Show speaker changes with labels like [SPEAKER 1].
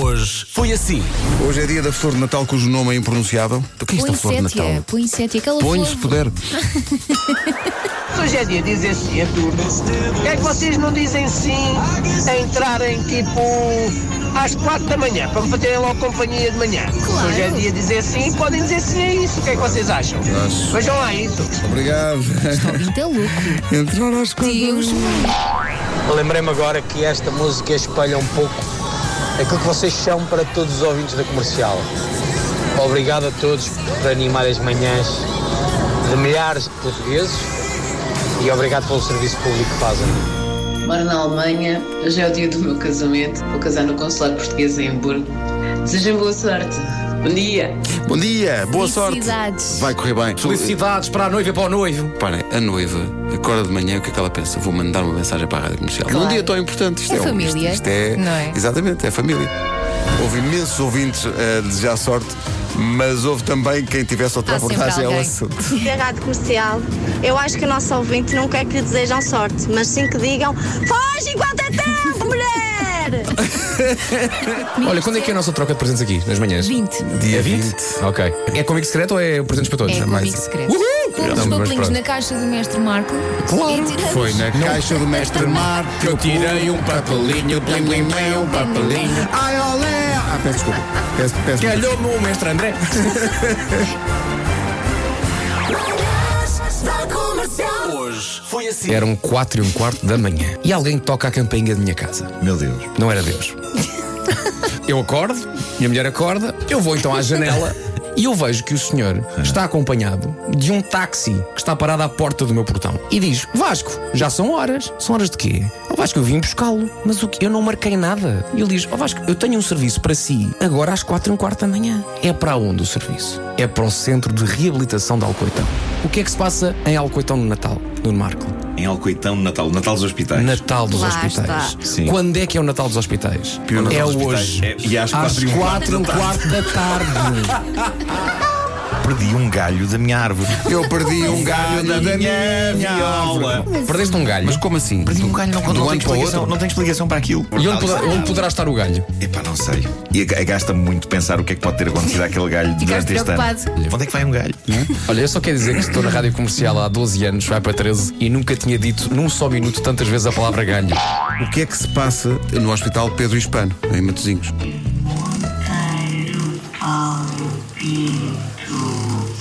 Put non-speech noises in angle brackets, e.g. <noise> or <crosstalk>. [SPEAKER 1] Hoje foi assim.
[SPEAKER 2] Hoje é dia da flor de Natal cujo nome é impronunciável. O que é isto da flor de
[SPEAKER 3] Poinsettia,
[SPEAKER 2] Natal?
[SPEAKER 3] poinsettia, aquela
[SPEAKER 2] Põe, se
[SPEAKER 3] flor-
[SPEAKER 2] puder.
[SPEAKER 4] Hoje é dia de dizer sim a tudo. Por que é que vocês não dizem sim a entrarem tipo às quatro da manhã para me fazerem logo companhia de manhã?
[SPEAKER 3] Claro.
[SPEAKER 4] Hoje é dia de dizer sim, podem dizer sim a isso. O que é que vocês acham?
[SPEAKER 2] Acho.
[SPEAKER 4] Vejam lá isso.
[SPEAKER 2] Obrigado.
[SPEAKER 3] Vida louco.
[SPEAKER 2] Entrar às quatro.
[SPEAKER 3] Deus me
[SPEAKER 5] Lembrei-me agora que esta música espelha um pouco aquilo que vocês são para todos os ouvintes da comercial. Obrigado a todos por animar as manhãs de milhares de portugueses e obrigado pelo serviço público que fazem.
[SPEAKER 6] Moro na Alemanha, hoje é o dia do meu casamento. Vou casar no consulado português em Hamburgo. Desejem boa sorte. Bom dia.
[SPEAKER 2] Bom dia, boa sorte.
[SPEAKER 3] Felicidades.
[SPEAKER 2] Vai correr bem.
[SPEAKER 1] Felicidades para a noiva e para o noivo.
[SPEAKER 2] Reparem, a noiva acorda de manhã, o que é que ela pensa? Vou mandar uma mensagem para a rádio comercial.
[SPEAKER 3] Claro.
[SPEAKER 2] Num dia tão importante, isto
[SPEAKER 3] É
[SPEAKER 2] é, um- isto-
[SPEAKER 3] família,
[SPEAKER 2] isto é,
[SPEAKER 3] não é?
[SPEAKER 2] Exatamente, é família. Houve imensos ouvintes a desejar sorte, mas houve também quem tivesse outra
[SPEAKER 3] Há sempre
[SPEAKER 2] abordagem ao
[SPEAKER 3] alguém.
[SPEAKER 2] assunto.
[SPEAKER 7] da Rádio Comercial. Eu acho que o nosso ouvinte não quer que lhe desejam sorte, mas sim que digam: foge enquanto é tempo, mulher!
[SPEAKER 1] Olha, quando é que é a nossa troca de presentes aqui, nas manhãs?
[SPEAKER 3] 20.
[SPEAKER 2] Dia
[SPEAKER 1] É 20?
[SPEAKER 2] 20.
[SPEAKER 1] Ok. É comigo secreto ou é presentes para todos?
[SPEAKER 3] É
[SPEAKER 2] mais-
[SPEAKER 3] comigo secreto.
[SPEAKER 1] Uhul!
[SPEAKER 3] Pomos
[SPEAKER 1] Então, mas
[SPEAKER 3] papelinhos
[SPEAKER 1] pronto.
[SPEAKER 3] na caixa do mestre Marco. Claro.
[SPEAKER 2] Foi né? na caixa do mestre Mar que eu tirei um papelinho, blim blim blim, um papelinho. Ai olé! Ah, peço desculpa. Peço, peço
[SPEAKER 1] Calhou-me o mestre André. Hoje foi assim. Eram 4 e um quarto da manhã. E alguém toca a campainha da minha casa.
[SPEAKER 2] Meu Deus.
[SPEAKER 1] Não
[SPEAKER 2] <laughs>
[SPEAKER 1] era Deus. Eu acordo, minha mulher acorda, eu vou então
[SPEAKER 2] <laughs>
[SPEAKER 1] à janela e eu vejo que o senhor
[SPEAKER 2] Ah.
[SPEAKER 1] está acompanhado de um táxi que está parado à porta do meu portão e diz: Vasco, já são horas. São horas de quê? Oh, Vasco, eu vim buscá-lo, mas o que? Eu não marquei nada. E ele diz: oh, Vasco, eu tenho um serviço para si agora às quatro e um quarto da manhã. É para onde o serviço? É para o Centro de Reabilitação de Alcoitão. O que é que se passa em Alcoitão no Natal, no Marco?
[SPEAKER 8] Em Alcoitão, Natal. Natal dos Hospitais.
[SPEAKER 1] Natal dos
[SPEAKER 3] Lá
[SPEAKER 1] Hospitais.
[SPEAKER 3] está.
[SPEAKER 8] Sim.
[SPEAKER 1] Quando é que é o Natal dos Hospitais?
[SPEAKER 8] Natal
[SPEAKER 1] é
[SPEAKER 8] dos Hospitais.
[SPEAKER 1] hoje.
[SPEAKER 8] É- e às quatro
[SPEAKER 1] às
[SPEAKER 8] e um quarto
[SPEAKER 1] 4 um
[SPEAKER 8] da
[SPEAKER 1] quarto da tarde.
[SPEAKER 8] Perdi um galho da minha árvore.
[SPEAKER 2] Eu perdi <laughs> um galho da minha
[SPEAKER 8] viola.
[SPEAKER 1] Perdeste um galho.
[SPEAKER 2] Mas como assim?
[SPEAKER 8] Perdi um galho, não, não,
[SPEAKER 2] Do
[SPEAKER 8] tem
[SPEAKER 2] ano para o
[SPEAKER 8] explicação,
[SPEAKER 2] outro?
[SPEAKER 8] não tem explicação para aquilo.
[SPEAKER 1] E onde, poderá, onde poderá estar o galho?
[SPEAKER 8] Epá, não sei. E ag- gasta-me muito pensar o que é que pode ter acontecido àquele galho
[SPEAKER 3] Ficaste
[SPEAKER 8] durante este ano.
[SPEAKER 3] preocupado.
[SPEAKER 8] Onde é que vai um galho?
[SPEAKER 3] Hum?
[SPEAKER 1] Olha, eu só quero dizer que estou na rádio comercial há 12 anos, vai para 13, e nunca tinha dito num só minuto tantas vezes a palavra galho.
[SPEAKER 2] O que é que se passa no Hospital Pedro Hispano, em Matosinhos?